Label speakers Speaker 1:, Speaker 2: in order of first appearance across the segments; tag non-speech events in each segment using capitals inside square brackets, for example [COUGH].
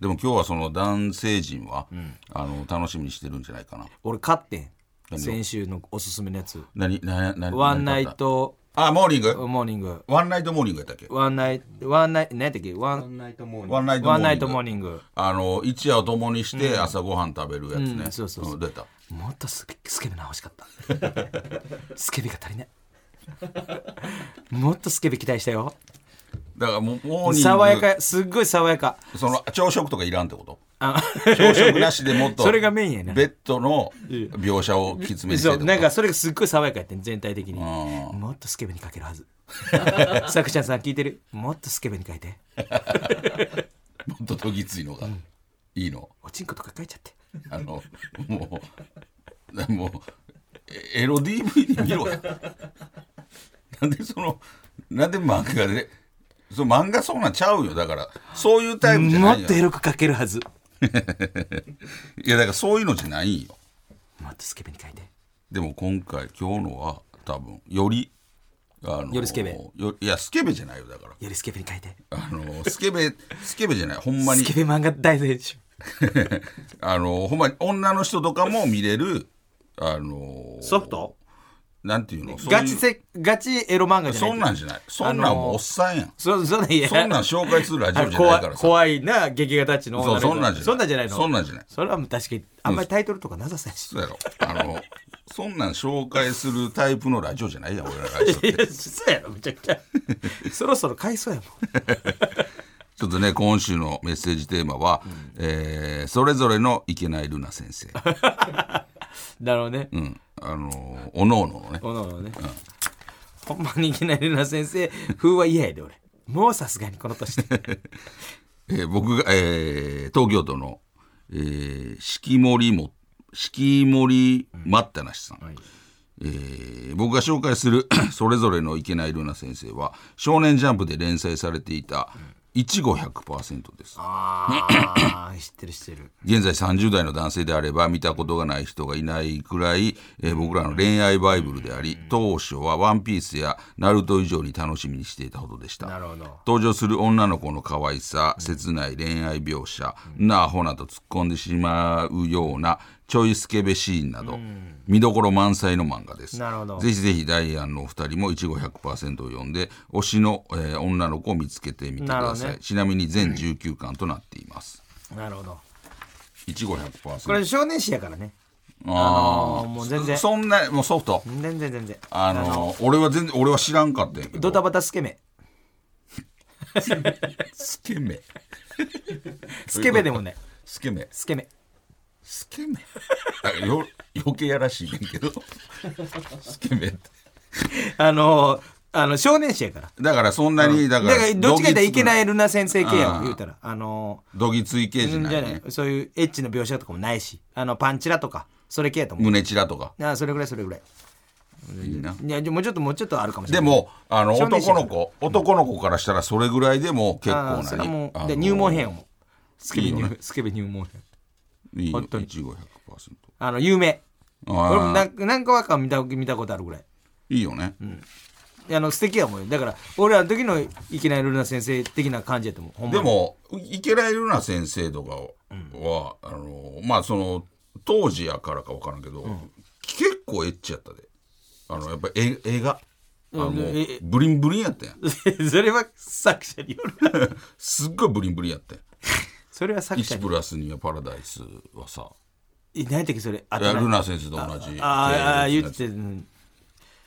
Speaker 1: でも今日はその男性陣は、あの楽しみにしてるんじゃないかな
Speaker 2: 俺勝ってん。
Speaker 1: 何を
Speaker 2: 先週のおすすめのやつ。
Speaker 1: 何何何
Speaker 2: ワンナ
Speaker 1: 何
Speaker 2: イ
Speaker 1: 買っ
Speaker 2: ト
Speaker 1: たあモーニング
Speaker 2: モーニング。
Speaker 1: ワンナイトモーニングやったっけ
Speaker 2: ワンナイト、ワンナイト、何やったっけワン
Speaker 1: ワンナイトモーニング
Speaker 2: ワンナイトモーニング。
Speaker 1: あの一夜を共にして朝ごはん食べるやつね、
Speaker 2: うんそうそうそうん
Speaker 1: 出た
Speaker 2: もっとスケスケベな欲しか [LAUGHS] った。スケベが足りない。もっとスケベ期待したよ。
Speaker 1: だからもうモーニング
Speaker 2: 爽やかすっごい爽やか
Speaker 1: その朝食とかいらんってこと
Speaker 2: あ
Speaker 1: 朝食なしでもっと
Speaker 2: それがメインやな
Speaker 1: ベッドの描写をきつめにして
Speaker 2: そ
Speaker 1: って
Speaker 2: う
Speaker 1: こと
Speaker 2: なんかそれがすっごい爽やかやってん全体的にもっとスケベにかけるはず [LAUGHS] さくちゃんさん聞いてるもっとスケベに書いて
Speaker 1: もっとどぎついのがいいの
Speaker 2: おちんことか書いちゃって
Speaker 1: あのもうもうエエロ DVD 見ろよなんでそのなんで漫画でその漫画そうなんちゃうよだからそういうタイプじゃ
Speaker 2: も
Speaker 1: な
Speaker 2: っ
Speaker 1: いよ
Speaker 2: とエロく書けるはず
Speaker 1: いやだからそういうのじゃないよ
Speaker 2: もっとスケベに書いて
Speaker 1: でも今回今日のは多分よりあの
Speaker 2: よりスケベ
Speaker 1: よいやスケベじゃないよだから [LAUGHS]
Speaker 2: よりスケベに書いて
Speaker 1: あのスケベスケベじゃないほんま
Speaker 2: ス
Speaker 1: に
Speaker 2: ケベ漫画大全集
Speaker 1: あのほんまに女の人とかも見れるあの
Speaker 2: ソフト
Speaker 1: なんていうのそういう
Speaker 2: ガチせガチエロ漫画じゃない
Speaker 1: そんなんじゃないそんなんもうおっさんやん、
Speaker 2: そそんなんいや
Speaker 1: そ
Speaker 2: [LAUGHS]
Speaker 1: んなん紹介するラジ
Speaker 2: あ
Speaker 1: オ
Speaker 2: の
Speaker 1: じゃない
Speaker 2: 怖
Speaker 1: か
Speaker 2: い
Speaker 1: らさ
Speaker 2: 怖いな劇画たちの女の子
Speaker 1: そうそんなんじゃない
Speaker 2: そんなんじゃないの
Speaker 1: そんなんじゃない
Speaker 2: それはもう確かにあんまりタイトルとかなさそうやし
Speaker 1: そうやろあのそんなん紹介するタイプのラジオじゃないやん俺らからし
Speaker 2: い [LAUGHS]
Speaker 1: て
Speaker 2: や、そうやろ、めちゃく
Speaker 1: [LAUGHS]
Speaker 2: ちゃ。そろそろ買いそうやもん。
Speaker 1: ちょっとね今週のメッセージテーマは、えーそれぞれのいけないルナ先生」
Speaker 2: だろうね。
Speaker 1: うん、あのおのおののね
Speaker 2: おのおのね。ほんまにいきなりな先生、風は嫌やで、俺。もうさすがにこの年
Speaker 1: [LAUGHS]
Speaker 2: で。
Speaker 1: えー僕が、えー東京都の、えー、四季森も四季森待ったなしさん、えー僕が紹介する [COUGHS] それぞれのいけないルナ先生は「少年ジャンプ」で連載されていた「いちご100%」です
Speaker 2: ああ、知ってる知ってる。
Speaker 1: 現在30代の男性であれば見たことがない人がいないくらい、えー僕らの恋愛バイブルであり当初は「ワンピースや「ナルト以上に楽しみにしていたほどでした
Speaker 2: なるほど。
Speaker 1: 登場する女の子の可愛さ、切ない恋愛描写、なあほなと突っ込んでしまうようなちょいスケベシーンなど、見どころ満載の漫画です。
Speaker 2: なるほど
Speaker 1: ぜひぜひダイアンのお二人もいちご100%を読んで、推しの、えー女の子を見つけてみてく
Speaker 2: なるほ
Speaker 1: だ
Speaker 2: ど
Speaker 1: さい。
Speaker 2: ね
Speaker 1: ちなみに全19巻となっています。
Speaker 2: なるほど。
Speaker 1: いちご100%。
Speaker 2: これ少年誌やからね。
Speaker 1: あ
Speaker 2: あのもう全然
Speaker 1: ーそんな、もうソフト。
Speaker 2: 全然全然。
Speaker 1: あの俺は全然、俺は知らんかったんやけど。
Speaker 2: ドタバタスケベ。
Speaker 1: スケメ。
Speaker 2: スケベでもない。
Speaker 1: スケメ。
Speaker 2: スケベ。
Speaker 1: スケメンよ余計やらしいねんけどスケメンって
Speaker 2: あのー、あの少年誌やから。
Speaker 1: だからそんなにだ
Speaker 2: だ
Speaker 1: から
Speaker 2: からどっちか言ったらいけないいルナ先生系やわ
Speaker 1: あー
Speaker 2: 言うたら。あのー、
Speaker 1: どぎつい系じゃ
Speaker 2: うん
Speaker 1: な
Speaker 2: じゃ
Speaker 1: い
Speaker 2: ない
Speaker 1: ね
Speaker 2: そういうエッチの描写とかもないし、あのパンチラとか、それ系やと思う。
Speaker 1: 胸チラとか
Speaker 2: あそれぐらいそれぐらい
Speaker 1: いいない
Speaker 2: やじゃあもうちょっともうちょっとあるかもしれ
Speaker 1: で
Speaker 2: ない
Speaker 1: もあの
Speaker 2: 少年誌
Speaker 1: 男の子男の子からしたらそれぐらいでも結
Speaker 2: あ
Speaker 1: 構
Speaker 2: ーそ
Speaker 1: な
Speaker 2: れはも
Speaker 1: に
Speaker 2: う
Speaker 1: あの
Speaker 2: で入門編をもうスケベ
Speaker 1: いい
Speaker 2: 入
Speaker 1: よ
Speaker 2: スケベ入門編
Speaker 1: いいよ
Speaker 2: 本当に
Speaker 1: 1500%
Speaker 2: あの有名
Speaker 1: あ
Speaker 2: これもな
Speaker 1: ー
Speaker 2: んなんかわか見た見たことあるぐらい
Speaker 1: いいよね
Speaker 2: いやあの素敵やもんよだから俺らの時のいきなりルナ先生的な感じやと思うほんま
Speaker 1: で
Speaker 2: に
Speaker 1: も池田ルナ先生とかはあのまあその当時やからか分からんけど結構エッチやったであのやっぱり絵絵があのもう
Speaker 2: ええ
Speaker 1: ブリンブリンやったやん
Speaker 2: [LAUGHS] それは作者によるな
Speaker 1: すっごいブリンブリンやったやん
Speaker 2: それは作者
Speaker 1: 1
Speaker 2: に
Speaker 1: プラス2はパラダイスはさ
Speaker 2: え何やったっけそれあ
Speaker 1: いやルナ先生と同じ
Speaker 2: ああ
Speaker 1: 系列のやつ
Speaker 2: 言ってうん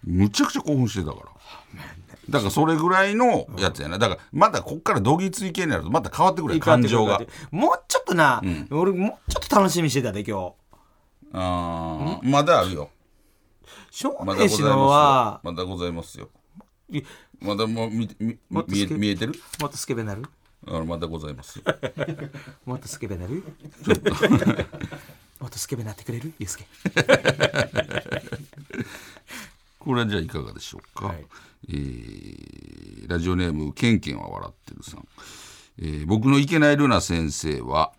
Speaker 1: むちゃくちゃ興奮してたからだからそれぐらいのやつやなだからまだこっからどぎつい系になるとまた変わってくるやん感情が
Speaker 2: もうちょっとな、俺もうちょっと楽しみにしてたで今日
Speaker 1: あーまだあるよ
Speaker 2: 少
Speaker 1: まだございま
Speaker 2: 年
Speaker 1: す
Speaker 2: 誌
Speaker 1: よ
Speaker 2: のは、
Speaker 1: まだございますよ
Speaker 2: い
Speaker 1: まだもう見てみ
Speaker 2: もっと
Speaker 1: 見え
Speaker 2: スケ
Speaker 1: 見えてる
Speaker 2: もっとスケベなる
Speaker 1: あまだございますよ
Speaker 2: もっとスケベなるもっとスケベなってくれるゆうすけ
Speaker 1: [LAUGHS] これはじゃあいかがでしょうか、
Speaker 2: はい
Speaker 1: えーラジオネームケンケンは笑ってるさん、えー僕のいけないルナ先生は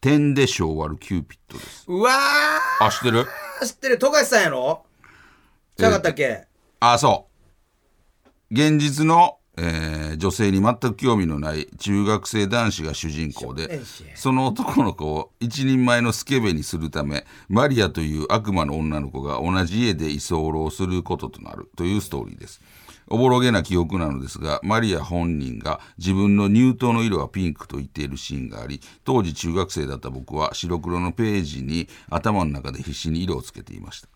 Speaker 1: 点で性悪キューピッドです
Speaker 2: うわ
Speaker 1: あ知ってる
Speaker 2: ー知ってる富樫さんやろちゃうかったっけ
Speaker 1: あそう現実の、えー女性に全く興味のない中学生男子が主人公で
Speaker 2: 年誌
Speaker 1: その男の子を一人前のスケベにするためマリアという悪魔の女の子が同じ家で居候することとなるというストーリーですおぼろげな記憶なのですがマリア本人が自分の入党の色はピンクと言っているシーンがあり当時中学生だった僕は白黒のページに頭の中で必死に色をつけていました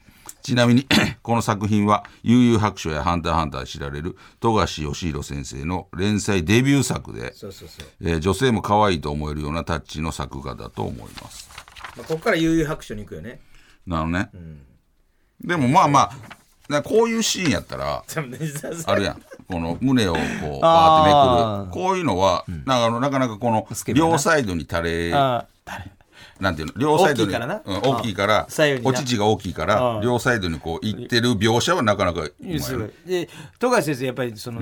Speaker 1: ちなみに [COUGHS] この作品は「悠々白書」や「ハンターハンター」で知られる富樫義弘先生の連載デビュー作で
Speaker 2: そうそうそう、
Speaker 1: えー女性も可愛いと思えるようなタッチの作画だと思います。
Speaker 2: まあ、ここから悠々白書に行くよね
Speaker 1: なのね、でもまあまあなこういうシーンやったら
Speaker 2: 多分ねささ
Speaker 1: あるやんこの胸をこうバーってめ
Speaker 2: あー
Speaker 1: くるこういうのは、なんかあのなかなかこの
Speaker 2: スケベな
Speaker 1: 両サイドに垂れ
Speaker 2: あ
Speaker 1: なんていうの両サイドに
Speaker 2: 大きいからな
Speaker 1: うん、大きいから
Speaker 2: 左右にな
Speaker 1: お乳が大きいから両サイドにこういってる描写はなかなかうまいよね
Speaker 2: すごいで富樫先生やっぱりその、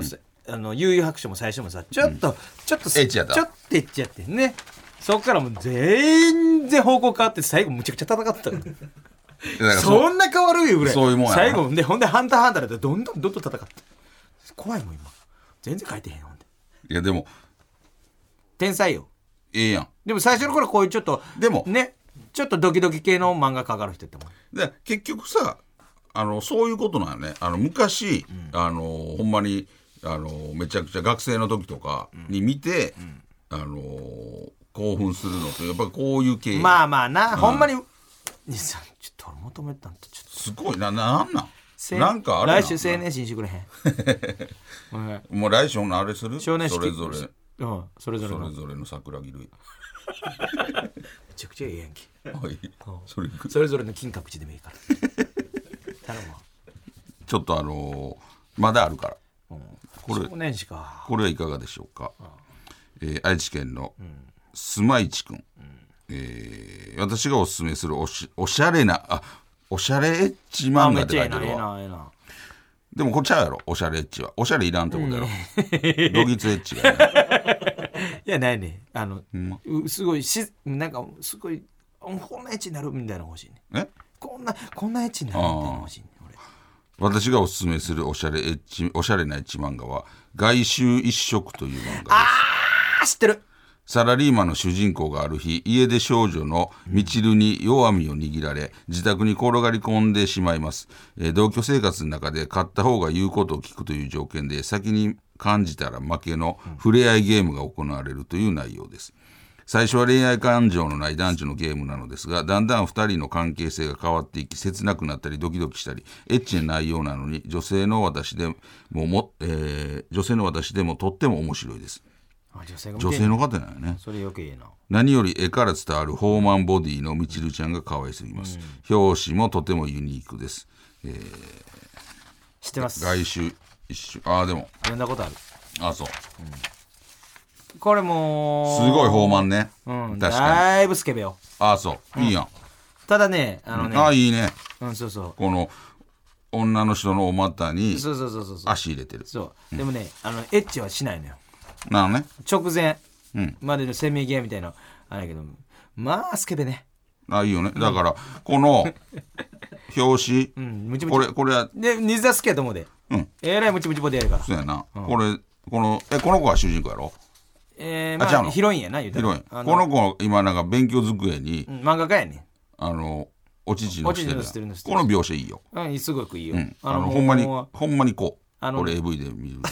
Speaker 2: あの悠々白書も最初もさちょっと、ちょっと
Speaker 1: エッチやった
Speaker 2: ちょっとエッチやってんねそっからもう全然方向変わって最後むちゃくちゃ戦ってたから
Speaker 1: だからそう
Speaker 2: そんな変わるよぐらい
Speaker 1: そういうもんやな
Speaker 2: 最後でほんで「ハンターハンター」だってどんどんどんどん戦って怖いもん今全然書いてへんほんで
Speaker 1: いやでも
Speaker 2: 天才よ
Speaker 1: ええやん
Speaker 2: でも最初の頃こういうちょっと
Speaker 1: でも
Speaker 2: ねちょっとドキドキ系の漫画描かる人やってもん
Speaker 1: で結局さあのそういうことなんよねあの昔、あのほんまにあのめちゃくちゃ学生の時とかに見て、あの興奮するのとやっぱりこういう系、
Speaker 2: まあまあな、ほんまに兄さんちょっと俺求めてたんとちょっ
Speaker 1: すごいなななんなん
Speaker 2: と
Speaker 1: なんかあれな
Speaker 2: 来週青年誌にしてくれへ
Speaker 1: [LAUGHS]
Speaker 2: んはい
Speaker 1: もう来週のあれする
Speaker 2: 少年誌
Speaker 1: それぞれ
Speaker 2: うんそれぞれ
Speaker 1: そ
Speaker 2: の
Speaker 1: れ
Speaker 2: め
Speaker 1: ぞれの桜
Speaker 2: [LAUGHS]
Speaker 1: 木類
Speaker 2: ちゃくちゃええやんけ
Speaker 1: はいそれいく
Speaker 2: それぞれの金閣寺でもいいから頼むわ
Speaker 1: ちょっとあのまだあるから [LAUGHS] これ
Speaker 2: 少年誌か
Speaker 1: これはいかがでしょうか、えー愛知県のすまいちくん、えー私がおすすめするおしおしゃれなあおしゃれエッチ
Speaker 2: あ
Speaker 1: 漫
Speaker 2: め
Speaker 1: 画
Speaker 2: っ
Speaker 1: って
Speaker 2: ち
Speaker 1: 書
Speaker 2: ゃええ
Speaker 1: いて
Speaker 2: なえ
Speaker 1: る
Speaker 2: え
Speaker 1: わ
Speaker 2: なええな
Speaker 1: でもこれちゃうやろおしゃれエッチはおしゃれいらんってことやろ、ドギツエッチがいらん
Speaker 2: いやないねあの、
Speaker 1: ま
Speaker 2: うすごいしなんかすごいうんこんなエッチになるみたいなの欲しいね
Speaker 1: え
Speaker 2: こんなこんなエッチになるみたいなの欲しいね俺
Speaker 1: 私がおすすめするおしゃれエッチおしゃれなエッチ漫画は「外周一色」という漫画です
Speaker 2: あ知ってる
Speaker 1: サラリーマンの主人公がある日家出少女のみちるに弱みを握られ自宅に転がり込んでしまいます、えー同居生活の中で買った方が言うことを聞くという条件で先に感じたら負けの触れ合いゲームが行われるという内容です最初は恋愛感情のない男女のゲームなのですがだんだん2人の関係性が変わっていき切なくなったりドキドキしたりエッチな内容なのに女性の私でもも、えー女性の私でもとっても面白いです
Speaker 2: あ女性が見て
Speaker 1: 女
Speaker 2: ん
Speaker 1: 性の方なんよね
Speaker 2: それ余計ええな
Speaker 1: 何より絵から伝わるホーマンボディのみちるちゃんが可愛すぎます、表紙もとてもユニークです
Speaker 2: 知ってます
Speaker 1: 外周一周ああでも
Speaker 2: 読んだことある
Speaker 1: あそう
Speaker 2: これも
Speaker 1: すごいホーマンね、
Speaker 2: うん
Speaker 1: 確かに
Speaker 2: だいぶスケベよ
Speaker 1: ああそういいやん、
Speaker 2: ただねあの
Speaker 1: ああ
Speaker 2: ね
Speaker 1: いいね
Speaker 2: うんそうそ
Speaker 1: この女の人のお股に
Speaker 2: うそうそうそうそうそう
Speaker 1: 足入れてる
Speaker 2: そうでもねあのエッチはしないのよ
Speaker 1: なのね
Speaker 2: 直前までのせめぎ合いみたいなあれやけどまあスケベね
Speaker 1: ああいいよねだからこの
Speaker 2: [LAUGHS]
Speaker 1: 表紙、
Speaker 2: うんムチムチ
Speaker 1: これこれは
Speaker 2: で水出すけやと思うで、
Speaker 1: うん
Speaker 2: えらいムチムチボディやるから
Speaker 1: そうやな、これこのえこの子が主人公やろ
Speaker 2: えー、
Speaker 1: あ違う
Speaker 2: ま
Speaker 1: の
Speaker 2: あヒロインやな言うた
Speaker 1: ヒ
Speaker 2: ら
Speaker 1: ロイン
Speaker 2: あ
Speaker 1: この子今なんか勉強机に、
Speaker 2: うん漫画家やね
Speaker 1: あのお乳のしてる
Speaker 2: お乳のしてるのして
Speaker 1: この描写いいよ、
Speaker 2: うんすごくいいよ、
Speaker 1: うん、あのほんまにほんまにこう
Speaker 2: あの
Speaker 1: 俺 AV で見るや
Speaker 2: [LAUGHS]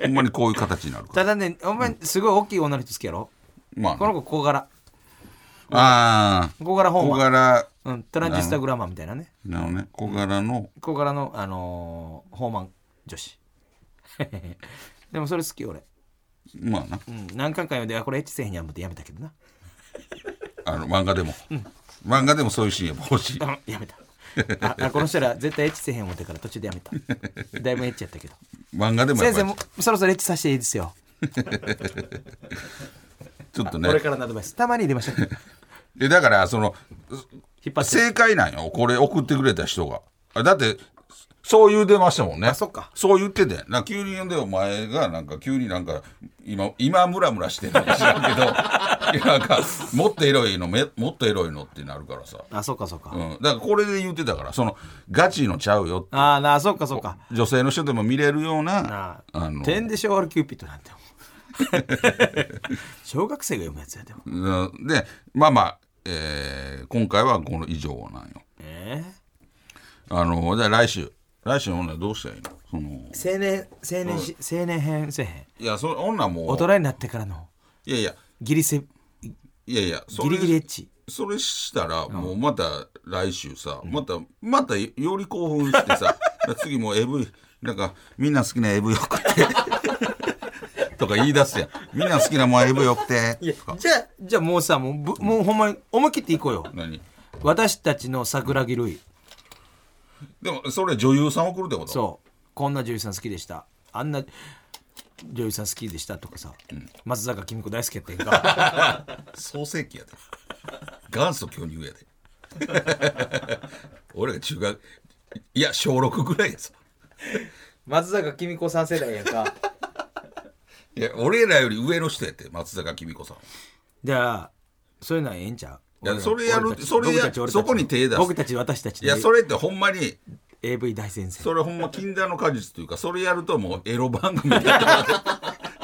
Speaker 1: つほんまにこういう形になるか
Speaker 2: た
Speaker 1: ら
Speaker 2: だねお前すごい大きい女の人好きやろ
Speaker 1: まあ
Speaker 2: この子小柄
Speaker 1: ああ
Speaker 2: 小柄ホー
Speaker 1: 小
Speaker 2: マー
Speaker 1: 柄
Speaker 2: うん、トランジスタグラマーみたいなね
Speaker 1: なのね小柄の
Speaker 2: 小柄のあのー、ホーマン女子 [LAUGHS] でもそれ好き俺、
Speaker 1: まあな
Speaker 2: うん、何回か読んであこれエッチせえへんやん思ってやめたけどな
Speaker 1: あの漫画でも漫画でもそういうシーンやっぱ欲しい
Speaker 2: あやめたああこの人ら絶対エッチせえへん思ってから途中でやめただいぶエッチやったけど
Speaker 1: 漫画でもや
Speaker 2: 先
Speaker 1: っ
Speaker 2: 生
Speaker 1: ぱ
Speaker 2: もそろそろエッチさせていいですよ
Speaker 1: ちょっとね
Speaker 2: これからのアドバイスたまに入れましょう
Speaker 1: えだからその
Speaker 2: 引っ張って
Speaker 1: 正解なんよこれ送ってくれた人があだってそう言うてましたもんね
Speaker 2: そっか
Speaker 1: そう言っててなんか急に呼んでお前がなんか急になんか今今ムラムラしてるのか知らんけど [LAUGHS] いやなんかもっとエロいのめもっとエロいのってなるからさ、
Speaker 2: あそっかそっか、
Speaker 1: うん、だからこれで言ってたからそのガチのちゃうよって
Speaker 2: ああなあそっかそっか
Speaker 1: 女性の人でも見れるような
Speaker 2: な
Speaker 1: あ
Speaker 2: あ
Speaker 1: の
Speaker 2: 点で昭和のキューピットなんてもう [LAUGHS] 小学生が読むやつやでも
Speaker 1: うんでまあまあ、えー今回はこの以上なんよ
Speaker 2: え
Speaker 1: あのじゃあ来週来週の女どうしたらいいのその
Speaker 2: え青年青年し、青年編せえへん
Speaker 1: いや、その女もう。
Speaker 2: 大人になってからの
Speaker 1: いやいや、
Speaker 2: ギリセ
Speaker 1: いやいや、そ
Speaker 2: ギ
Speaker 1: れ
Speaker 2: リギリエッチ
Speaker 1: それしたら、もうまた来週さ、また、またより興奮して
Speaker 2: [LAUGHS]
Speaker 1: さ、次もう AV、なんか、みんな好きな AV 送
Speaker 2: [LAUGHS]
Speaker 1: って。とか言い出すやん。みんな好きなもん AV 送って。
Speaker 2: いや
Speaker 1: とか
Speaker 2: じゃあじゃあもうさもうぶもうほんまに思い切っていこうよ
Speaker 1: 何
Speaker 2: 私たちの桜木類
Speaker 1: でも、それ女優さん送るってこと
Speaker 2: そうこんな女優さん好きでしたあんな女優さん好きでしたとかさ、松坂君子大好きやったやんか
Speaker 1: 創世記やで。元祖巨乳やで。 [LAUGHS] 俺が中学、いや、小6ぐらいやぞ。
Speaker 2: [LAUGHS] 松坂君子3世代やんか
Speaker 1: いや、俺らより上の人やって、松坂君子さん。
Speaker 2: じゃあそういうのはええんちゃう
Speaker 1: いや
Speaker 2: 俺ら
Speaker 1: それやる
Speaker 2: 俺たち
Speaker 1: それや
Speaker 2: 僕たち俺たち
Speaker 1: そこに手出す
Speaker 2: 僕たち私たち
Speaker 1: いや、それってほんまに、
Speaker 2: AV 大
Speaker 1: [LAUGHS]
Speaker 2: 先生
Speaker 1: それほんま禁断の果実というか、それやるともうエロ番組になってま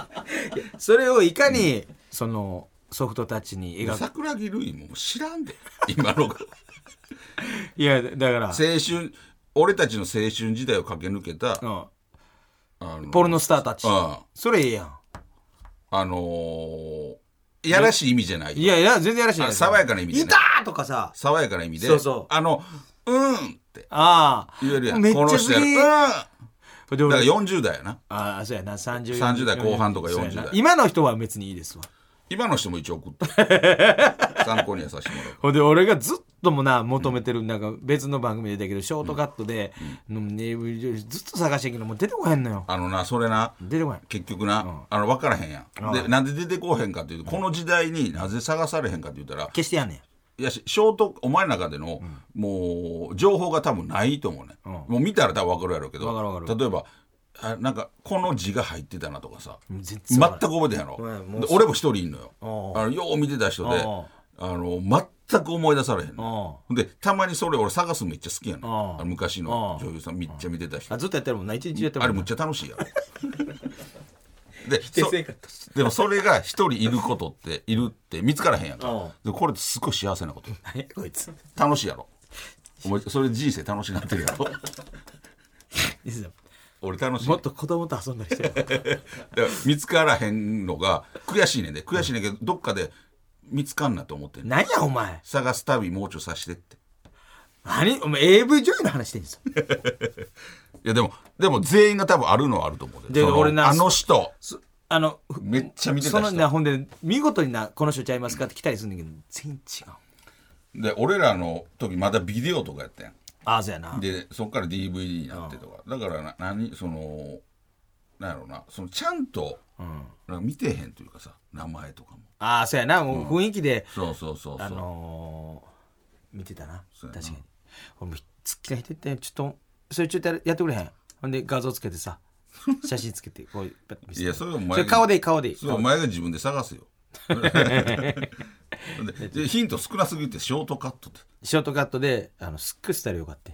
Speaker 2: それをいかに、そのソフトタッチに描 [LAUGHS]
Speaker 1: す。
Speaker 2: く
Speaker 1: 桜木類も知らんで、今のが。
Speaker 2: いやだから
Speaker 1: 青春、俺たちの青春時代を駆け抜けた、
Speaker 2: うんポルノスターたち
Speaker 1: うん
Speaker 2: それええやん
Speaker 1: あのー、いやらしい意味じゃない。
Speaker 2: いやいや全然やらしい
Speaker 1: あ爽やかな意味でね
Speaker 2: いたーとかさ
Speaker 1: 爽やかな意味で、
Speaker 2: そうそう
Speaker 1: あの、うんって
Speaker 2: ああ
Speaker 1: 言えるやん。
Speaker 2: めっち
Speaker 1: こ
Speaker 2: ゃ
Speaker 1: の
Speaker 2: 好
Speaker 1: 人
Speaker 2: き
Speaker 1: やる。うんだ
Speaker 2: で
Speaker 1: から
Speaker 2: 俺
Speaker 1: 40代やな。
Speaker 2: ああそうやな30
Speaker 1: 30代後半とか40代
Speaker 2: そうやな今の人は別にいいですわ
Speaker 1: 今の人も一応
Speaker 2: [LAUGHS]
Speaker 1: 送って。参考にはさせてもらう。
Speaker 2: ほんで俺がずっともな求めてるなんか別の番組で出たけどショートカットで、うん、ネイブル女優ずっと探してんけどもう出てこへんのよ
Speaker 1: あのな、それな。
Speaker 2: 出てこへん
Speaker 1: 結局な、あの分からへんやん、でなんで出てこうへんかっていうとこの時代になぜ探されへんかって言ったら
Speaker 2: 消してやんねん
Speaker 1: いやしショートお前の中での、もう情報が多分ないと思うね、もう見たら多分分かるやろうけ
Speaker 2: わかる
Speaker 1: ど
Speaker 2: わかる
Speaker 1: 例えばあなんかこの字が入ってたなとかさ
Speaker 2: もう全
Speaker 1: 全
Speaker 2: 然
Speaker 1: く
Speaker 2: わからん
Speaker 1: 覚えてへんやろ、
Speaker 2: んもう
Speaker 1: で俺も一人いんのよ
Speaker 2: お
Speaker 1: あのよう見てた人で
Speaker 2: おう
Speaker 1: あの全く思い出されへんの
Speaker 2: お
Speaker 1: でたまにそれ俺探すのめっちゃ好きやねん
Speaker 2: おう
Speaker 1: あの昔の
Speaker 2: おう
Speaker 1: 女優さんめっちゃ見てた人
Speaker 2: あずっとやってるもんな一日やってる
Speaker 1: あれ
Speaker 2: も
Speaker 1: む
Speaker 2: んな
Speaker 1: っちゃ楽しいや
Speaker 2: [LAUGHS]
Speaker 1: ろで
Speaker 2: 定性格と
Speaker 1: そでもそれが一人いることっているって見つからへんやん
Speaker 2: うん
Speaker 1: かでこれってすごい幸せなこと
Speaker 2: 何やこいつ
Speaker 1: 楽しいやろお前それ人生楽しなってるや
Speaker 2: [LAUGHS]
Speaker 1: ろ
Speaker 2: いつでも
Speaker 1: 俺楽しい
Speaker 2: もっと子供と遊んだりしてる
Speaker 1: だから見つからへんのが悔しいねんで悔しいねんけどどっかで見つかんなと思ってんねん
Speaker 2: 何やお前
Speaker 1: 探す旅もうちょいさしてって
Speaker 2: 何お前 AV 女優の話してんですよ
Speaker 1: いやでもでも全員が多分あるのはあると思う
Speaker 2: で
Speaker 1: その
Speaker 2: 俺な
Speaker 1: あの人
Speaker 2: そあのふ
Speaker 1: めっちゃ見てた
Speaker 2: その
Speaker 1: 人
Speaker 2: なほんで見事になこの人ちゃいますかって来たりするんだけど全員違う
Speaker 1: で俺らの時まだビデオとかやったやん
Speaker 2: ああそうやな
Speaker 1: でそこから DVD になってとか、だからな何そのなんやろうなそのちゃんと、なんか見てへんというかさ名前とかも
Speaker 2: ああそうやなもう雰囲気で、
Speaker 1: そうそうそうそう、
Speaker 2: あのー見てたな
Speaker 1: そう
Speaker 2: 確
Speaker 1: や
Speaker 2: か
Speaker 1: な
Speaker 2: に俺もつき合いててちょっとそれちょっとやってくれへんほんで画像つけ
Speaker 1: [LAUGHS]
Speaker 2: てさ写真つけてこうパッて見せて
Speaker 1: いやそれお前
Speaker 2: それ顔でいい顔でいい
Speaker 1: それお前が自分で探せよ [LAUGHS] ででヒント少なすぎてショートカットって
Speaker 2: ショートカットであのすっごいスタイルよかった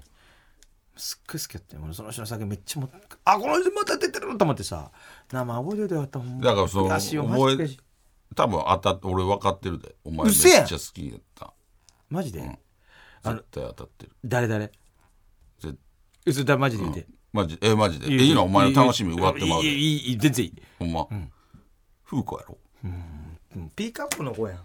Speaker 2: すっごい好きやって俺その人の酒めっちゃもあこの人また出てると思ってさ名前覚えててよかったほんま
Speaker 1: だからその
Speaker 2: 足を
Speaker 1: 覚
Speaker 2: マ
Speaker 1: え
Speaker 2: ジで
Speaker 1: 多分当たって俺分かってるでお前め
Speaker 2: う
Speaker 1: っ
Speaker 2: せ
Speaker 1: ち
Speaker 2: や
Speaker 1: ゃ好きやった
Speaker 2: マジで、
Speaker 1: 絶対当たってる
Speaker 2: 誰誰
Speaker 1: 絶
Speaker 2: うつだマジで言って、
Speaker 1: マジえマジでえいいなお前の楽しみ奪ってまう
Speaker 2: いい
Speaker 1: で
Speaker 2: いいいい全然いい
Speaker 1: ほんま、風子やろ
Speaker 2: うんピーカップの子やん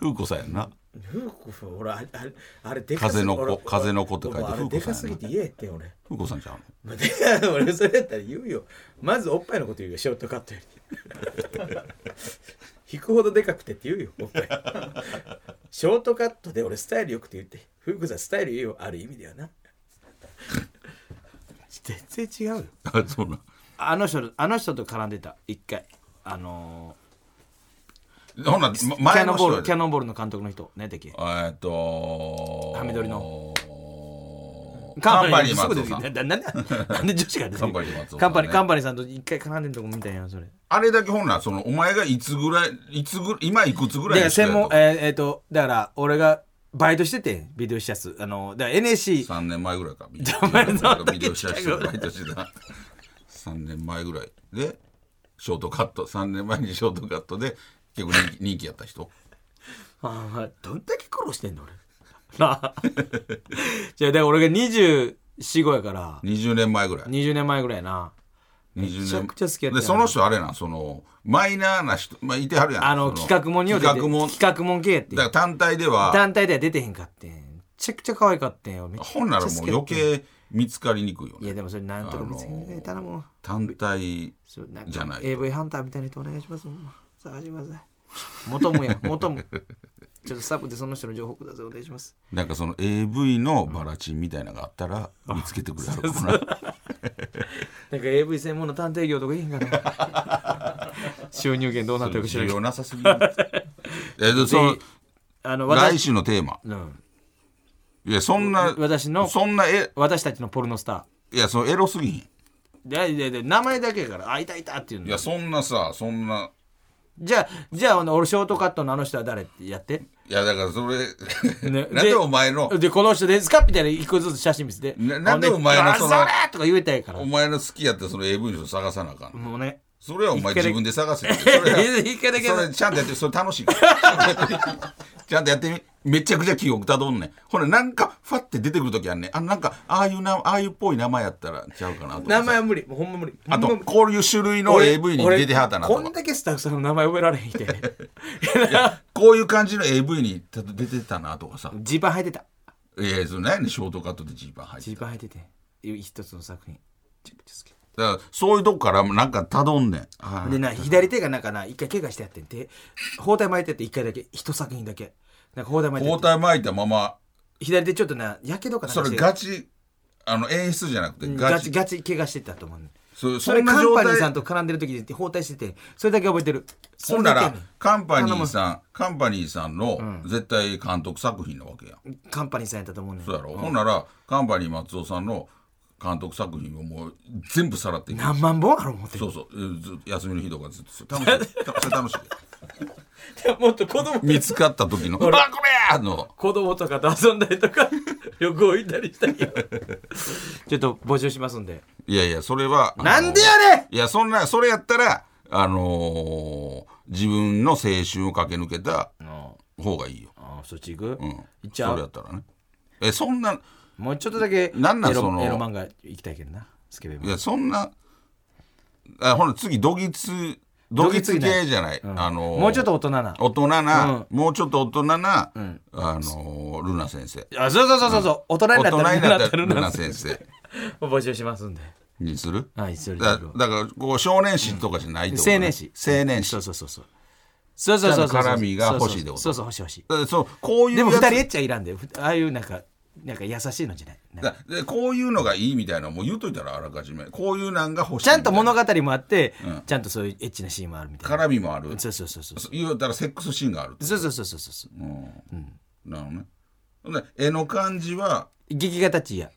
Speaker 1: 風子さんやんな
Speaker 2: フーコほらあれあれあれでか
Speaker 1: 風の子
Speaker 2: 俺
Speaker 1: 風の子って書いて
Speaker 2: 俺あれ
Speaker 1: 風
Speaker 2: で
Speaker 1: 子
Speaker 2: か
Speaker 1: さ
Speaker 2: す
Speaker 1: んや
Speaker 2: ぎ
Speaker 1: んな
Speaker 2: て言えって俺 [LAUGHS]
Speaker 1: 風子さんちゃうの
Speaker 2: まあで俺それやったら言うよまずおっぱいのこと言うよショートカットより [LAUGHS] 引くほどでかくてって言うよおっぱいショートカットで俺スタイルよくて言ってフーコさんスタイルいいよある意味ではな全然違うよ
Speaker 1: あ [LAUGHS] そうなん
Speaker 2: あの人あの人と絡んでた一回あの
Speaker 1: ほんならま
Speaker 2: ー、キャ
Speaker 1: 前の
Speaker 2: ノン
Speaker 1: 人
Speaker 2: ボー
Speaker 1: や
Speaker 2: ルキャノンボールの監督の人何だっけ
Speaker 1: えーっと
Speaker 2: ハミドリの
Speaker 1: カンパニー松尾
Speaker 2: す
Speaker 1: さ
Speaker 2: ぐ出て
Speaker 1: ん
Speaker 2: きたなななんで [LAUGHS] なんで女子が出てく
Speaker 1: カ
Speaker 2: る
Speaker 1: ンパニー松尾さんね
Speaker 2: カンパニーカンパニーさんと一回絡んでるとこみたいなそれ
Speaker 1: あれだけほんならそのお前がいつぐらいいつぐ今いくつぐらい
Speaker 2: で
Speaker 1: の人や
Speaker 2: 専
Speaker 1: と
Speaker 2: 門えっ、えーとだから俺がバイトしててビデオ視察あのだから NSC
Speaker 1: 3年前ぐ
Speaker 2: [LAUGHS]
Speaker 1: らいかビデ
Speaker 2: 前の
Speaker 1: オビデオ写真バイトしてた3年前ぐらいでショートカット3年前にショートカットで結構人気人気やった人
Speaker 2: あーまあどんだけ苦労してんの俺なあ [LAUGHS] じゃあだから俺が245やから
Speaker 1: 20年前ぐらい
Speaker 2: 20年前ぐらいやな
Speaker 1: 20年
Speaker 2: めちゃくちゃ好きやった
Speaker 1: でその人あれなんそのマイナーな人、まあ、いてはるやん
Speaker 2: あの
Speaker 1: そ
Speaker 2: 企画もんには出て
Speaker 1: 企画もんだ
Speaker 2: 企画もん系やって
Speaker 1: から単体では
Speaker 2: 団体では出てへんかってんめちゃくちゃ可愛かってんよめっちゃ
Speaker 1: ほんならもう余計見つかりにくいよ
Speaker 2: い
Speaker 1: ね
Speaker 2: やでもそれなんとか見つけて頼むわ
Speaker 1: 単体
Speaker 2: そうなんか
Speaker 1: じゃないと
Speaker 2: AV ハンターみたいな人お願いしますほんま探してください元もや [LAUGHS] 元もちょっとサブでその人の情報くださいお願いします
Speaker 1: なんかその AV のバラチンみたいなのがあったら見つけてくれるか
Speaker 2: [LAUGHS]
Speaker 1: な [LAUGHS]
Speaker 2: なんか AV 専門の探偵業とかいいんかな [LAUGHS] 収入源どうなってるか知ら
Speaker 1: 重
Speaker 2: んけど
Speaker 1: 要なさすぎる [LAUGHS] えでその
Speaker 2: あの
Speaker 1: 来
Speaker 2: 私,、
Speaker 1: 週のテーマ
Speaker 2: うん、
Speaker 1: いやそんな
Speaker 2: 私の
Speaker 1: そんなえ
Speaker 2: 私たちのポルノスタ
Speaker 1: いやそのエロすぎひん
Speaker 2: ーででで名前だけやからあいたいたっていう
Speaker 1: い
Speaker 2: の
Speaker 1: やそんなさそんな
Speaker 2: じゃあじゃああの俺ショートカットのあの人は誰ってやって、
Speaker 1: いやだからそれ
Speaker 2: ね
Speaker 1: [LAUGHS] なんでお前の
Speaker 2: でこの人ですかみたいな一個ずつ写真見せて
Speaker 1: ななんでお前の
Speaker 2: あ
Speaker 1: その
Speaker 2: それとか言えたいから
Speaker 1: お前の好きやったその AV の人探さなあかん
Speaker 2: もうね
Speaker 1: それはお前
Speaker 2: 一回だけ
Speaker 1: 自分で探せそれ
Speaker 2: 一回だけ
Speaker 1: それちゃんとやってそれ楽しいから [LAUGHS] ちゃんとやってみめちゃくちゃ記憶たどんねんほらなんかファって出てくる時あんねんあなんかああいうなああいうっぽい名前やったらちゃうかなとかさ
Speaker 2: 名前は無理もうほんま無理
Speaker 1: あ
Speaker 2: ほ
Speaker 1: と
Speaker 2: んま無理
Speaker 1: こういう種類の
Speaker 2: 俺
Speaker 1: AV に出てはったなと
Speaker 2: 俺
Speaker 1: か
Speaker 2: こんだけスタッフさんの名前覚えられへんて
Speaker 1: こういう感じの AV にた出てたなとかさ。
Speaker 2: ジーパン履いてた
Speaker 1: いや、それ何やねんショートカットでジーパン入って
Speaker 2: ジー
Speaker 1: た。だ
Speaker 2: パン履いてて一つの作品めちゃくちゃ好き
Speaker 1: からそういうとこからなんかたどんねん。あー
Speaker 2: でな左手がなんかな一回怪我してやってんて包帯巻いてて一回だけ一作品だけなんか包帯巻いて
Speaker 1: 包
Speaker 2: て
Speaker 1: 帯巻いたまま、
Speaker 2: 左手ちょっとなやけどかなん
Speaker 1: そ
Speaker 2: か
Speaker 1: れ
Speaker 2: して
Speaker 1: ガチ、あの演出じゃなくて
Speaker 2: うん
Speaker 1: ガ
Speaker 2: ガチ
Speaker 1: チ。
Speaker 2: ガチ怪我してたと思うね
Speaker 1: そ
Speaker 2: そ
Speaker 1: そ
Speaker 2: れ
Speaker 1: んな
Speaker 2: カン
Speaker 1: 状
Speaker 2: パニーさん
Speaker 1: 態。
Speaker 2: と絡んでる時で包帯しててそれだけ覚えてるそ
Speaker 1: ほんな
Speaker 2: れだけ
Speaker 1: ら
Speaker 2: やねん、
Speaker 1: カンパニーさん、カンパニーさんの絶対監督作品なわけやん。
Speaker 2: カンパニーさんやったと思うねん
Speaker 1: そうやろ、ほんなら、カンパニー松尾さんの監督作品をもう全部さらっていく。
Speaker 2: 何万本ある思って
Speaker 1: そうそうえー。ずっと休みの日とかずっと。それ楽しい。それ楽しい。
Speaker 2: [LAUGHS] もっと子供
Speaker 1: 見つかった時の「あこれや!」の
Speaker 2: 子供とかと遊んだりとか旅行行ったりしたりちょっと募集しますんで
Speaker 1: いやいやそれはあの
Speaker 2: なんでやね
Speaker 1: いやそんなそれやったらあのー自分の青春を駆け抜けた
Speaker 2: んあ
Speaker 1: 方がいいよ、
Speaker 2: あそっち行く、
Speaker 1: うん、
Speaker 2: 行っちゃ
Speaker 1: それや
Speaker 2: う
Speaker 1: ったらねえそんな
Speaker 2: もうちょっとだけ
Speaker 1: なんなん
Speaker 2: エロ
Speaker 1: その
Speaker 2: エロ漫画行きたいけどなスケベ漫
Speaker 1: いやそんなあほら次ドギツドギツ系じゃない、
Speaker 2: うん
Speaker 1: あのー
Speaker 2: もうちょっと大人な
Speaker 1: 大人な、
Speaker 2: う
Speaker 1: もうちょっと大人な、あのールナ先生
Speaker 2: あそうそうそうそうそう大人
Speaker 1: 大
Speaker 2: になった
Speaker 1: 人
Speaker 2: ら
Speaker 1: になった
Speaker 2: ル
Speaker 1: ル
Speaker 2: ナ
Speaker 1: ナ
Speaker 2: 先
Speaker 1: 先生
Speaker 2: 生募集しますんで
Speaker 1: にす
Speaker 2: [LAUGHS]
Speaker 1: る
Speaker 2: はいそれで
Speaker 1: だだからこう少年誌とかじゃないってことね
Speaker 2: 青年誌
Speaker 1: 青年誌
Speaker 2: そうそうそうそうそうそうそう
Speaker 1: ち
Speaker 2: そう
Speaker 1: ゃんと絡みが欲しいってこと
Speaker 2: そうそう欲しい欲しい
Speaker 1: だからそうこういう
Speaker 2: でも
Speaker 1: や
Speaker 2: 二
Speaker 1: つ
Speaker 2: 人エッチはいらんでふああいうなんかなんか優しいのじゃないなんか
Speaker 1: だでこういうのがいいみたいなのもう言うといたらあらかじめこういうなんが欲しい
Speaker 2: ちゃんと物
Speaker 1: が
Speaker 2: 語もあって、ちゃんとそういうエッチなシーンもあるみたいな。
Speaker 1: 絡みもある
Speaker 2: そうそうそうそう。
Speaker 1: そう言うたらセックスシーンがある
Speaker 2: そうそうそうそうそう。
Speaker 1: なのねほんで絵の感じは
Speaker 2: 劇がタッチや。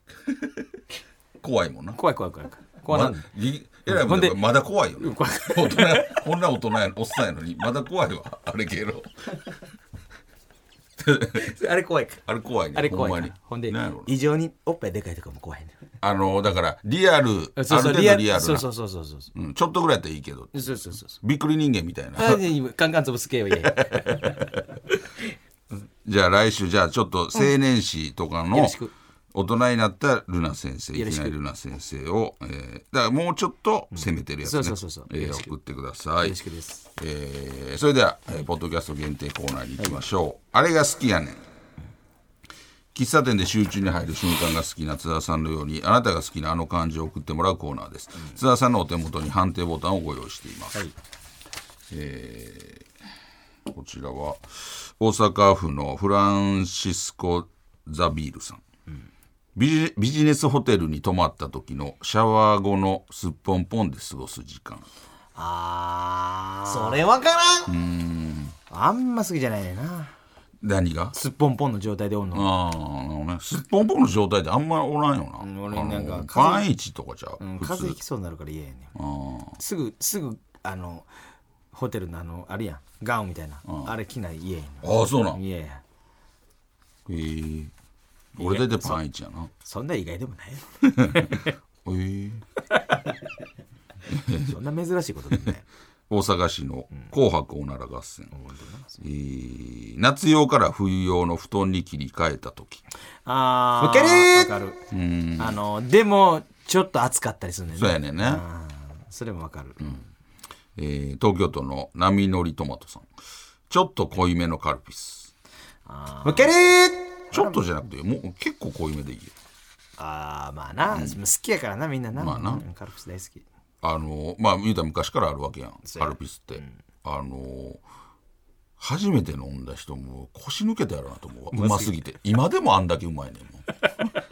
Speaker 1: 怖いもんな
Speaker 2: 怖い怖い怖い怖い。怖いなん
Speaker 1: ま
Speaker 2: だ。
Speaker 1: ぎえらいもん
Speaker 2: ほ
Speaker 1: だ
Speaker 2: んで
Speaker 1: まだ怖いよ、ね、
Speaker 2: [LAUGHS] 怖い
Speaker 1: 大人や [LAUGHS] こんな大人やのおっさんやのにまだ怖いわあれゲロ
Speaker 2: あれ怖いから。
Speaker 1: あれ怖いね
Speaker 2: あれ怖い
Speaker 1: ほんま
Speaker 2: か
Speaker 1: に
Speaker 2: ら。ほんで
Speaker 1: なんやろう、な
Speaker 2: 異常におっぱいでかいとかも怖いね。
Speaker 1: あのだからリアル
Speaker 2: そう
Speaker 1: あ
Speaker 2: そう、
Speaker 1: る程度リアルな
Speaker 2: そうそうそうそうそう。
Speaker 1: うん、ちょっとぐらいやったらいいけど
Speaker 2: そうそうそうそう。
Speaker 1: びっくり人間みたいな [LAUGHS]
Speaker 2: あいやいやカンカンつぶすけよいやいや。
Speaker 1: じゃあ来週じゃあちょっと青年誌とかの、
Speaker 2: よろしく
Speaker 1: 大人になったルナ先生い
Speaker 2: よろ
Speaker 1: き
Speaker 2: しく
Speaker 1: なりルナ先生を、えーだからもうちょっと攻めてるやつね、
Speaker 2: そうそうそうそう
Speaker 1: えー
Speaker 2: よろしく
Speaker 1: 送ってください
Speaker 2: ろしくです
Speaker 1: えーそれでは、えーポッドキャスト限定コーナーに行きましょう、あれが好きやねん喫茶店で集中に入る瞬間が好きな津田さんのようにあなたが好きなあの漢字を送ってもらうコーナーです、津田さんのお手元に判定ボタンをご用意しています、
Speaker 2: はい
Speaker 1: こちらは大阪府のフランシスコ・ザビールさん、ビジビジネスホテルに泊まった時のシャワー後のすっぽんぽんで過ごす時間
Speaker 2: あーそれわからんあんま好きじゃないねんな
Speaker 1: 何が
Speaker 2: すっぽんぽんの状態でおんの
Speaker 1: ああ、なるほどね。すっぽんぽんの状態であんまりおらんよな。
Speaker 2: ん俺なんか
Speaker 1: あの
Speaker 2: 風邪
Speaker 1: 万一とかじゃう、
Speaker 2: うん、
Speaker 1: 普
Speaker 2: 風邪
Speaker 1: 通
Speaker 2: ひき。そうになるから嫌やねん
Speaker 1: あ
Speaker 2: すぐすぐあのホテルのあのあれやんガウンみたいなあれ着ない家やね
Speaker 1: あああ、そうなん。
Speaker 2: ん
Speaker 1: へ
Speaker 2: いやいや
Speaker 1: え。俺出てパンイチやな。へ
Speaker 2: そんな意外でもないよ
Speaker 1: [LAUGHS] え。
Speaker 2: そんな珍しいこと
Speaker 1: [LAUGHS]
Speaker 2: でもない
Speaker 1: 大阪市の紅白おなら合戦。えー夏用から冬用の布団に切り替えた時。
Speaker 2: あ
Speaker 1: 吹け
Speaker 2: ー
Speaker 1: る
Speaker 2: わかるあのでもちょっと暑かったりするねん
Speaker 1: そう
Speaker 2: ね
Speaker 1: やねんね。
Speaker 2: それもわかる、
Speaker 1: えー東京都の波乗りトマトさん。ちょっと濃いめのカルピス。
Speaker 2: むける
Speaker 1: ちょっとじゃなくて、もう結構濃いめでいいよ。
Speaker 2: ああまあな、好きやからなみんなな,、
Speaker 1: まあな
Speaker 2: うんカルピス大好き
Speaker 1: あのまあ言うたら昔からあるわけやん
Speaker 2: そう
Speaker 1: カ
Speaker 2: や
Speaker 1: ルピスって、あの初めて飲んだ人も腰抜けてやろうなと思うわうますぎて今でもあんだけうまいねんも
Speaker 2: [LAUGHS]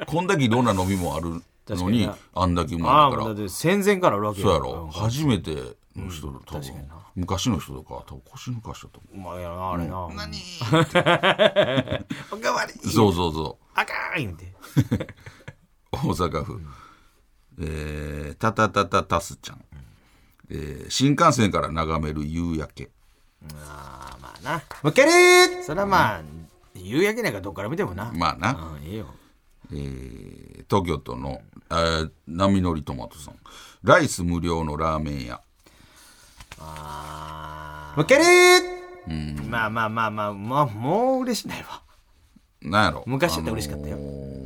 Speaker 1: うこんだけいろんな飲みもあるのに
Speaker 2: 確か
Speaker 1: あんだけう
Speaker 2: あ
Speaker 1: ま
Speaker 2: あ
Speaker 1: いんだか
Speaker 2: もうだ
Speaker 1: ら
Speaker 2: って戦前からあるわけ
Speaker 1: そうや
Speaker 2: う
Speaker 1: ろ
Speaker 2: ん
Speaker 1: 初めての人多分
Speaker 2: 確かにな
Speaker 1: 昔の人とかは多分腰抜かしたと思
Speaker 2: うまいやろなあれな、何 [LAUGHS] おかわり
Speaker 1: うそうそうそう
Speaker 2: あかん言うて
Speaker 1: 大阪府、えーたたたたたすちゃん、えー新幹線から眺める夕焼け
Speaker 2: ああまあなむけるそれはまあ、夕焼けなんかどっから見てもな、
Speaker 1: まあな、
Speaker 2: うんいいよ
Speaker 1: えー東京都の、えー波乗りトマトさんライス無料のラーメン屋
Speaker 2: ああむけるまあまあまあまあまあもう嬉しないわ
Speaker 1: なんやろ
Speaker 2: 昔だって嬉しかったよ
Speaker 1: あのー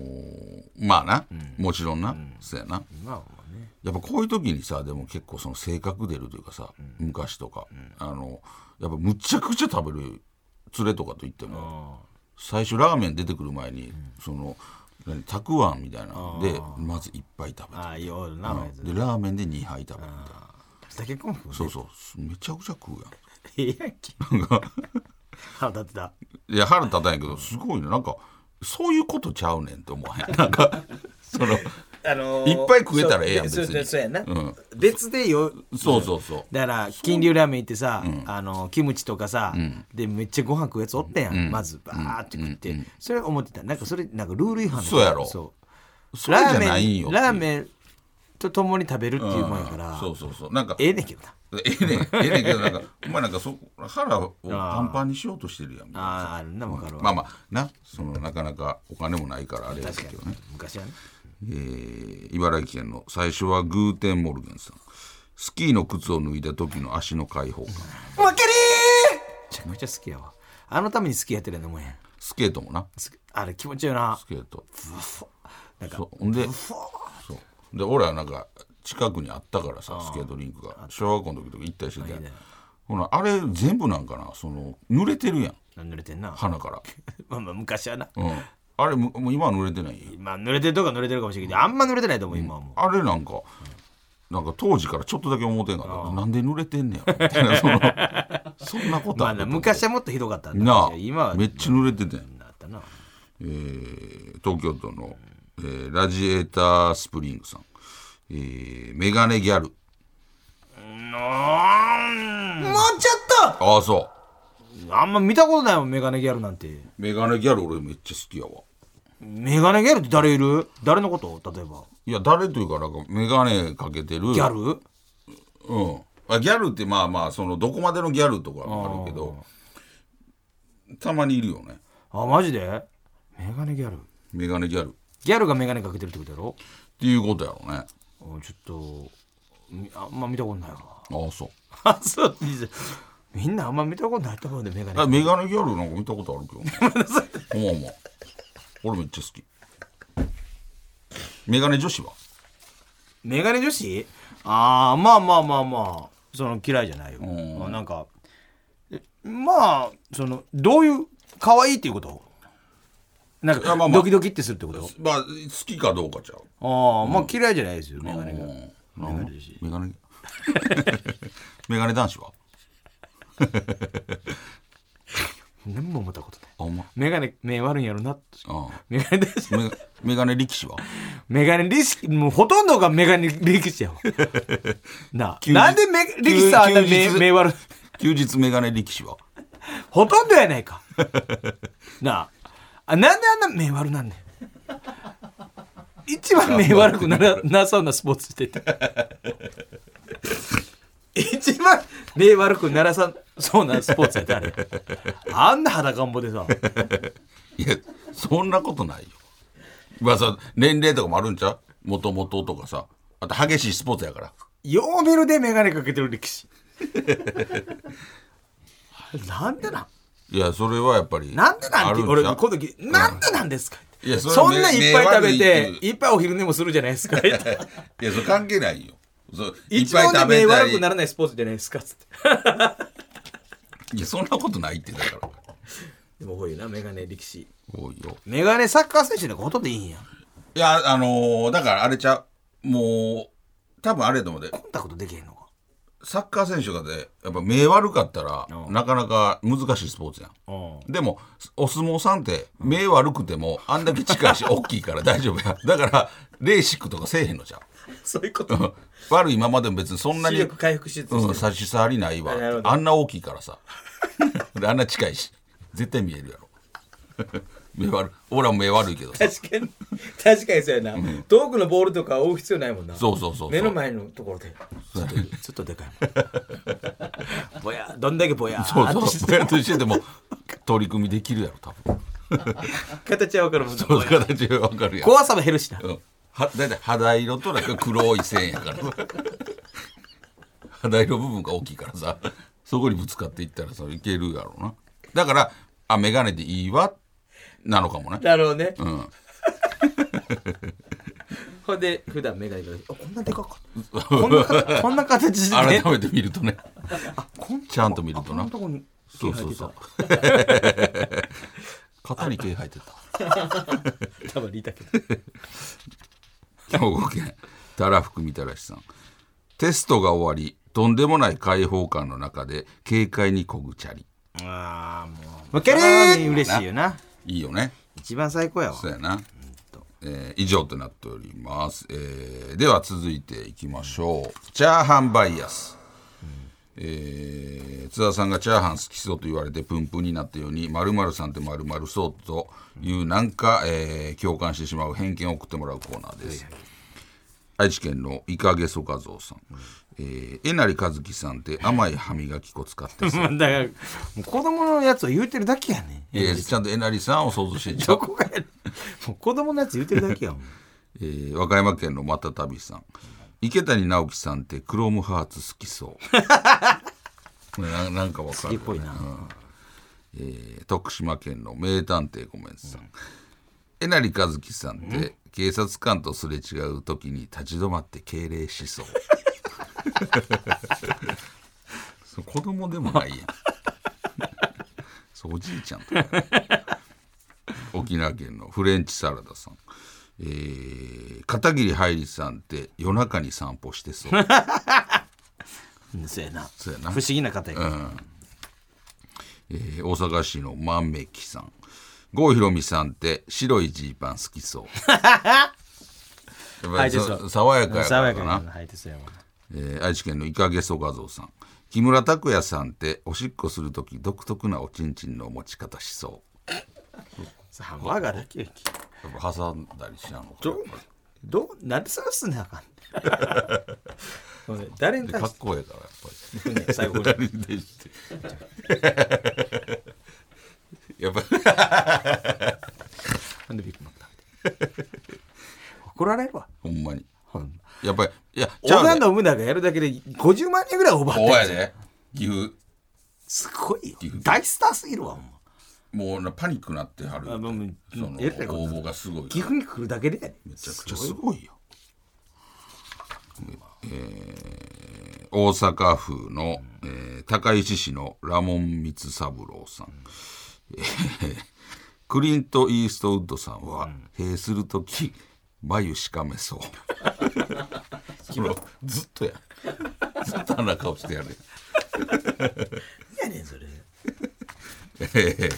Speaker 1: まあな、もちろんな、そうやな
Speaker 2: まあもうね
Speaker 1: やっぱこういう時にさでも結構その性格出るというかさ、昔とか、あのやっぱむちゃくちゃ食べる連れとかといっても、最初ラーメン出てくる前に、その何たくあんみたいなのでまず一杯食べて
Speaker 2: ああようなおやつ
Speaker 1: でラーメンで2杯食べるみたいな
Speaker 2: 竹コンフ
Speaker 1: そうそうめちゃくちゃ食うやん
Speaker 2: いやきあだってだ
Speaker 1: いや腹立たんやけどすごいねなんかそういうことちゃうねんって思わへんなん [LAUGHS] かその
Speaker 2: あの
Speaker 1: いっぱい食えたらええやん
Speaker 2: そう
Speaker 1: 別に
Speaker 2: そうそうやな、
Speaker 1: うん
Speaker 2: 別でよ
Speaker 1: そうそうそう
Speaker 2: だから金龍ラーメン行ってさ、あのキムチとかさ、でめっちゃご飯食うやつおったやん、まずバーって食って、それ思ってたなんかそれなんかルール違反だ
Speaker 1: そうやろ
Speaker 2: そう
Speaker 1: それじゃないんよ
Speaker 2: ラー
Speaker 1: ン
Speaker 2: メンラーメンと共に食べるっていうもんやから、
Speaker 1: そうそうそうなんかえ
Speaker 2: ええねんけどな
Speaker 1: えねんええねんけどなんかお前なんかそ腹をパンパンにしようとしてるやんみたいな
Speaker 2: あーあるな分かるわ、
Speaker 1: まあまあなそのなかなかお金もないからあれですけどね
Speaker 2: 昔はね
Speaker 1: えー茨城県の最初はグーテンモルゲンさんスキーの靴を脱いだ時の足の解放感
Speaker 2: わかりーめちゃくちゃ好きやわあのために好きやってるやんなもんやん
Speaker 1: スケートもな
Speaker 2: すあれ気持ちいいよな
Speaker 1: スケート
Speaker 2: なんか
Speaker 1: そうほんでそうで俺はなんか近くにあったからさスケートリンクが小学校の時とか行ったりしてて
Speaker 2: いいね
Speaker 1: ほなあれ全部なんかなその濡れてるやん
Speaker 2: 濡れてんな
Speaker 1: 鼻
Speaker 2: [LAUGHS]
Speaker 1: から、
Speaker 2: まあまあ昔はな、
Speaker 1: うん、あれむもう今は濡れてないよ
Speaker 2: まあ濡れてるとか濡れてるかもしれんけどあんま濡れてないと思う今はもう、
Speaker 1: あれなんかなんか当時からちょっとだけ思ってんかったなんで濡れてんねやろみたいな
Speaker 2: [LAUGHS]
Speaker 1: そのそんなこと
Speaker 2: まあ
Speaker 1: る
Speaker 2: な昔はもっとひどかったんだ
Speaker 1: なあ
Speaker 2: 今は
Speaker 1: めっちゃ濡れててん、
Speaker 2: なったな
Speaker 1: えー東京都の、えーラジエータースプリングさん、えーメガネギャル
Speaker 2: もうちょっ
Speaker 1: ああそう
Speaker 2: とあんま見たことないもんメガネギャルなんて
Speaker 1: メガネギャル俺めっちゃ好きやわ
Speaker 2: メガネギャルって誰いる誰のこと例えば
Speaker 1: いや誰というかなんかメガネかけてる
Speaker 2: ギャル
Speaker 1: うんあギャルってまあまあそのどこまでのギャルとかはあるけどたまにいるよね
Speaker 2: あマジでメガネギャル
Speaker 1: メガネギャルっ
Speaker 2: ギャルがメガネかけてるってことやろ
Speaker 1: ていうことやろうね
Speaker 2: うんちょっとみあんま見たことないわ [LAUGHS]
Speaker 1: ああそう
Speaker 2: あそうみんなあんま見たことないと思うんでメガネ
Speaker 1: あメ
Speaker 2: [LAUGHS]
Speaker 1: ガネギャルなんか見たことあるけどねほんまほんま俺めっちゃ好きメガネ女子は
Speaker 2: メガネ女子ああまあまあまあまあその嫌いじゃないよ
Speaker 1: ん
Speaker 2: なんかえまあそのどういう可愛いっていうことなん
Speaker 1: いや
Speaker 2: か、
Speaker 1: まあまあ
Speaker 2: ドキドキってするってこと
Speaker 1: まあ好きかどうかちゃう
Speaker 2: ああまあ嫌いじゃないですよメガネが
Speaker 1: メガネ女子メガネ [LAUGHS] メガネ男子は
Speaker 2: 何も思ったことない
Speaker 1: あお前
Speaker 2: メガネ目悪いんやろな
Speaker 1: あ
Speaker 2: メガネ男子
Speaker 1: あメガメガネ力士は
Speaker 2: メガネ力士もうほとんどがメガネ力 [LAUGHS] 士やわなあ
Speaker 1: 休日
Speaker 2: なんでメ力士さんあんなに目
Speaker 1: 休日
Speaker 2: 目悪い
Speaker 1: 休日メガネ力士は
Speaker 2: ほとんどやない [LAUGHS] か。なあ。あなんであんな目悪なんだよ。一番目悪くならなそうなスポーツしてて。一番目悪くならさそうなスポーツやったあれあんな裸んぼでさ。
Speaker 1: いやそんなことないよまあさ年齢とかもあるんちゃうもともととかさあと激しいスポーツやから
Speaker 2: よう見るで眼鏡かけてる力 [LAUGHS] 士。あれなんでなん
Speaker 1: いやそれはやっぱり
Speaker 2: なんでなん
Speaker 1: ある
Speaker 2: て
Speaker 1: んちゃう
Speaker 2: 俺今度きなんでなんですか、
Speaker 1: いやそれは
Speaker 2: そんないっぱい
Speaker 1: 目
Speaker 2: 食べ
Speaker 1: 悪いって
Speaker 2: いっぱいお昼寝もするじゃないです [LAUGHS] か。
Speaker 1: いやそれ関係ないよそういっ
Speaker 2: 一
Speaker 1: ぱい
Speaker 2: 番
Speaker 1: 食
Speaker 2: で
Speaker 1: べ
Speaker 2: 目
Speaker 1: た
Speaker 2: 悪
Speaker 1: り
Speaker 2: くならないスポーツじゃないですかっつって。
Speaker 1: いやそんなことないってだから
Speaker 2: でも多いな、メガネ力士。
Speaker 1: 多いよ
Speaker 2: メガネサッカー選手なんかほとんどいいんや。
Speaker 1: いやあのーだからあれちゃうもう多分あれやと思うで
Speaker 2: こんなことできへんのか。
Speaker 1: サッカー選手がでやっぱ目悪かったら
Speaker 2: うん
Speaker 1: なかなか難しいスポーツやん
Speaker 2: うん。
Speaker 1: でもお相撲さんって目悪くてもあんだけ近
Speaker 2: [LAUGHS]
Speaker 1: いし大きいから大丈夫やだからレーシックとかせえへんのじゃん
Speaker 2: そういうこ
Speaker 1: う
Speaker 2: と。
Speaker 1: ん悪いままでも別にそんな
Speaker 2: 視
Speaker 1: に
Speaker 2: 力回復手術して
Speaker 1: う
Speaker 2: る
Speaker 1: ん、差し障りないわ
Speaker 2: なるほど
Speaker 1: あんな大きいからさ [LAUGHS] であんな近いし絶対見えるやろ [LAUGHS] 目悪い俺は目悪いけどさ
Speaker 2: 確かに。確かにそうやな。遠くのボールとか追う必要ないもんな。
Speaker 1: そうそうそうそう
Speaker 2: 目の前のところで。ちょっとちょっとでかい [LAUGHS] もん。ぼや、どんだけぼや。
Speaker 1: そう
Speaker 2: あ
Speaker 1: そ
Speaker 2: と
Speaker 1: う
Speaker 2: して
Speaker 1: そうやってしてても取り組みできるやろ多
Speaker 2: [LAUGHS]
Speaker 1: 分
Speaker 2: 形はわかるもん
Speaker 1: そう形がわかるやん、
Speaker 2: 怖さも減るしな。
Speaker 1: うん、はだいたい肌色となんか黒い線やから [LAUGHS] 肌色部分が大きいからさそこにぶつかっていったらさいけるやろうなだからあ眼鏡でいいわなのかもね
Speaker 2: なるほどね。
Speaker 1: うん
Speaker 2: [LAUGHS] ほんで、普段メガネかけてあ、こんなでかか
Speaker 1: [LAUGHS]
Speaker 2: った。こんなか、こんな形してね
Speaker 1: 改。めて見るとね
Speaker 2: こん
Speaker 1: ちゃんと見ると
Speaker 2: こんな
Speaker 1: な
Speaker 2: とこに。
Speaker 1: そうそうそう。 [LAUGHS] 肩に毛生えてた。
Speaker 2: たまにいたけど。
Speaker 1: 兵庫県、たらふくみたらしさん。テストが終わり、とんでもない開放感の中で、軽快にこぐチャリ。
Speaker 2: ああ、もう。むける嬉しいよな。
Speaker 1: いいよね。
Speaker 2: 一番最高やわ
Speaker 1: そうやな。えー以上となっております、えーでは続いていきましょうチャーハンバイアス、えー津田さんがチャーハン好きそうと言われてプンプンになったように〇〇さんって〇〇そうというなんか、えー共感してしまう偏見を送ってもらうコーナーです、愛知県のイカゲソカゾウさん、えーえなりかずきさんって甘い歯磨き粉使って
Speaker 2: [LAUGHS]
Speaker 1: さ
Speaker 2: だからもう子供のやつを言うてるだけやね
Speaker 1: いやちゃんとえなりさんを想像してちゃ
Speaker 2: ど
Speaker 1: う
Speaker 2: こがやねんもう子供のやつ言うてるだけやもん
Speaker 1: えー和歌山県のまたたびさん池谷直樹さんってクロムハーツ好きそう
Speaker 2: [LAUGHS]
Speaker 1: ななんかわかるよね、
Speaker 2: 好きっぽいな
Speaker 1: うんえー徳島県の名探偵ごめんさん、えなりかずきさんって警察官とすれ違う時に立ち止まって敬礼しそうそう子供でもないやんそうおじいちゃんとか沖縄県のフレンチサラダさん、えー、片桐はいりさんって夜中に散歩してそう、
Speaker 2: うんそうやな
Speaker 1: そうや
Speaker 2: 不
Speaker 1: な
Speaker 2: 思議な方や、
Speaker 1: えー大阪市のまんめきさん郷ひろみさんって白いジーパン好きそうやっぱ
Speaker 2: [LAUGHS] はい
Speaker 1: り
Speaker 2: ですわ
Speaker 1: そ爽やかや
Speaker 2: 爽
Speaker 1: か
Speaker 2: や
Speaker 1: らか
Speaker 2: かな
Speaker 1: な、
Speaker 2: はいですやわ
Speaker 1: えー愛知県のイカゲソ画像さん木村拓哉さんっておしっこする時独特なおちんちんの持ち方しそう
Speaker 2: さハンバーガーだけやき
Speaker 1: やっぱ挟んだりしなのかな
Speaker 2: どうどうなんで探すんなあかん
Speaker 1: [LAUGHS]
Speaker 2: ごめん誰に
Speaker 1: で
Speaker 2: 対
Speaker 1: かっ
Speaker 2: し
Speaker 1: こええからやっぱり。
Speaker 2: て最後に
Speaker 1: 誰に対してやっぱり
Speaker 2: なんでビッグマック食べて [LAUGHS] 怒られるわ
Speaker 1: ほんまに
Speaker 2: ほんま
Speaker 1: やっぱりいや
Speaker 2: オナ
Speaker 1: で
Speaker 2: の無駄がやるだけで50万人ぐらいオーバー
Speaker 1: おやです
Speaker 2: ごいよ大スターすぎるわお前
Speaker 1: もうなパニックなってはる
Speaker 2: あもうもう
Speaker 1: その応
Speaker 2: えらいこと
Speaker 1: 募がすごいめ
Speaker 2: 岐阜に来るだけで
Speaker 1: ちゃくちゃすごいよ、えー大阪府の、えー高石市のラモン光三郎さん、えークリント・イーストウッドさんは、閉する時眉しかめ
Speaker 2: [LAUGHS]
Speaker 1: そうそれずっとやずっとあんな顔してやる
Speaker 2: やねんそれ
Speaker 1: えー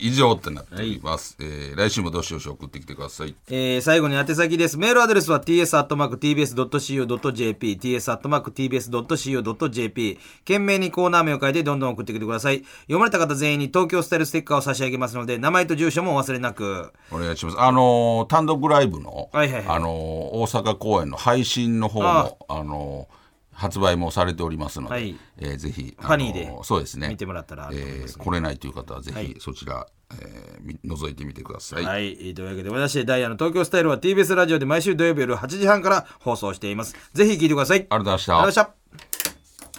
Speaker 1: 以上ってなっております、えー来週もどしどし送ってきてください
Speaker 2: えー最後に宛先です。メールアドレスは ts.tbs.co.jp、ts.tbs.co.jp。懸命にコーナー名を書いてどんどん送ってきてください。読まれた方全員に東京スタイルステッカーを差し上げますので、名前と住所もお忘れなく。
Speaker 1: お願いします。あのー単独ライブの、
Speaker 2: はいはいはい
Speaker 1: あのー大阪公演の配信の方も
Speaker 2: あ
Speaker 1: あのー発売もされておりますので、
Speaker 2: はい
Speaker 1: えーぜひフ
Speaker 2: ァニーで
Speaker 1: そうですね
Speaker 2: 見てもらったらあると思いますね
Speaker 1: えー来れないという方はぜ
Speaker 2: はい
Speaker 1: ひそちら、えーみ覗いてみてください。
Speaker 2: はい。というわけで、私、ダイヤの東京スタイルは TBS ラジオで毎週土曜日夜8時半から放送しています。ぜひ聞いてください。
Speaker 1: ありがとうございました
Speaker 2: ありがとうございました。